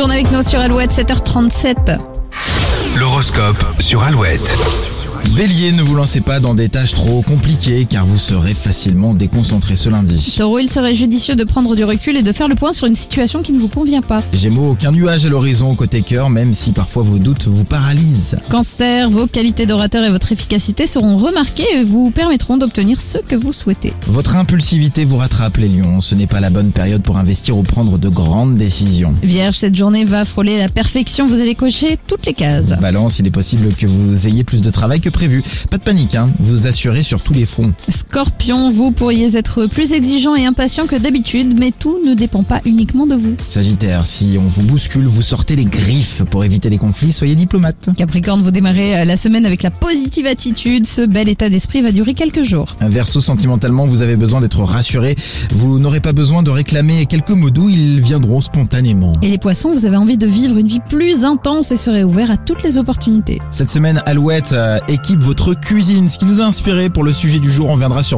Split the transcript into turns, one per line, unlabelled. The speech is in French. retourne avec nous sur Alouette, 7h37.
L'horoscope sur Alouette.
Bélier, ne vous lancez pas dans des tâches trop compliquées car vous serez facilement déconcentré ce lundi.
Taureau, il serait judicieux de prendre du recul et de faire le point sur une situation qui ne vous convient pas.
Gémeaux, aucun nuage à l'horizon côté cœur, même si parfois vos doutes vous paralysent.
Cancer, vos qualités d'orateur et votre efficacité seront remarquées et vous permettront d'obtenir ce que vous souhaitez.
Votre impulsivité vous rattrape les lions, ce n'est pas la bonne période pour investir ou prendre de grandes décisions.
Vierge, cette journée va frôler la perfection, vous allez cocher toutes les cases.
Balance, il est possible que vous ayez plus de travail que prévu. Pas de panique, hein, vous assurez sur tous les fronts.
Scorpion, vous pourriez être plus exigeant et impatient que d'habitude, mais tout ne dépend pas uniquement de vous.
Sagittaire, si on vous bouscule, vous sortez les griffes pour éviter les conflits, soyez diplomate.
Capricorne, vous démarrez euh, la semaine avec la positive attitude, ce bel état d'esprit va durer quelques jours.
Verseau, sentimentalement, vous avez besoin d'être rassuré. Vous n'aurez pas besoin de réclamer quelques mots doux, ils viendront spontanément.
Et les poissons, vous avez envie de vivre une vie plus intense et serez ouvert à toutes les opportunités.
Cette semaine, Alouette euh, équipe votre cuisine, ce qui nous a inspiré pour le sujet du jour. On viendra sur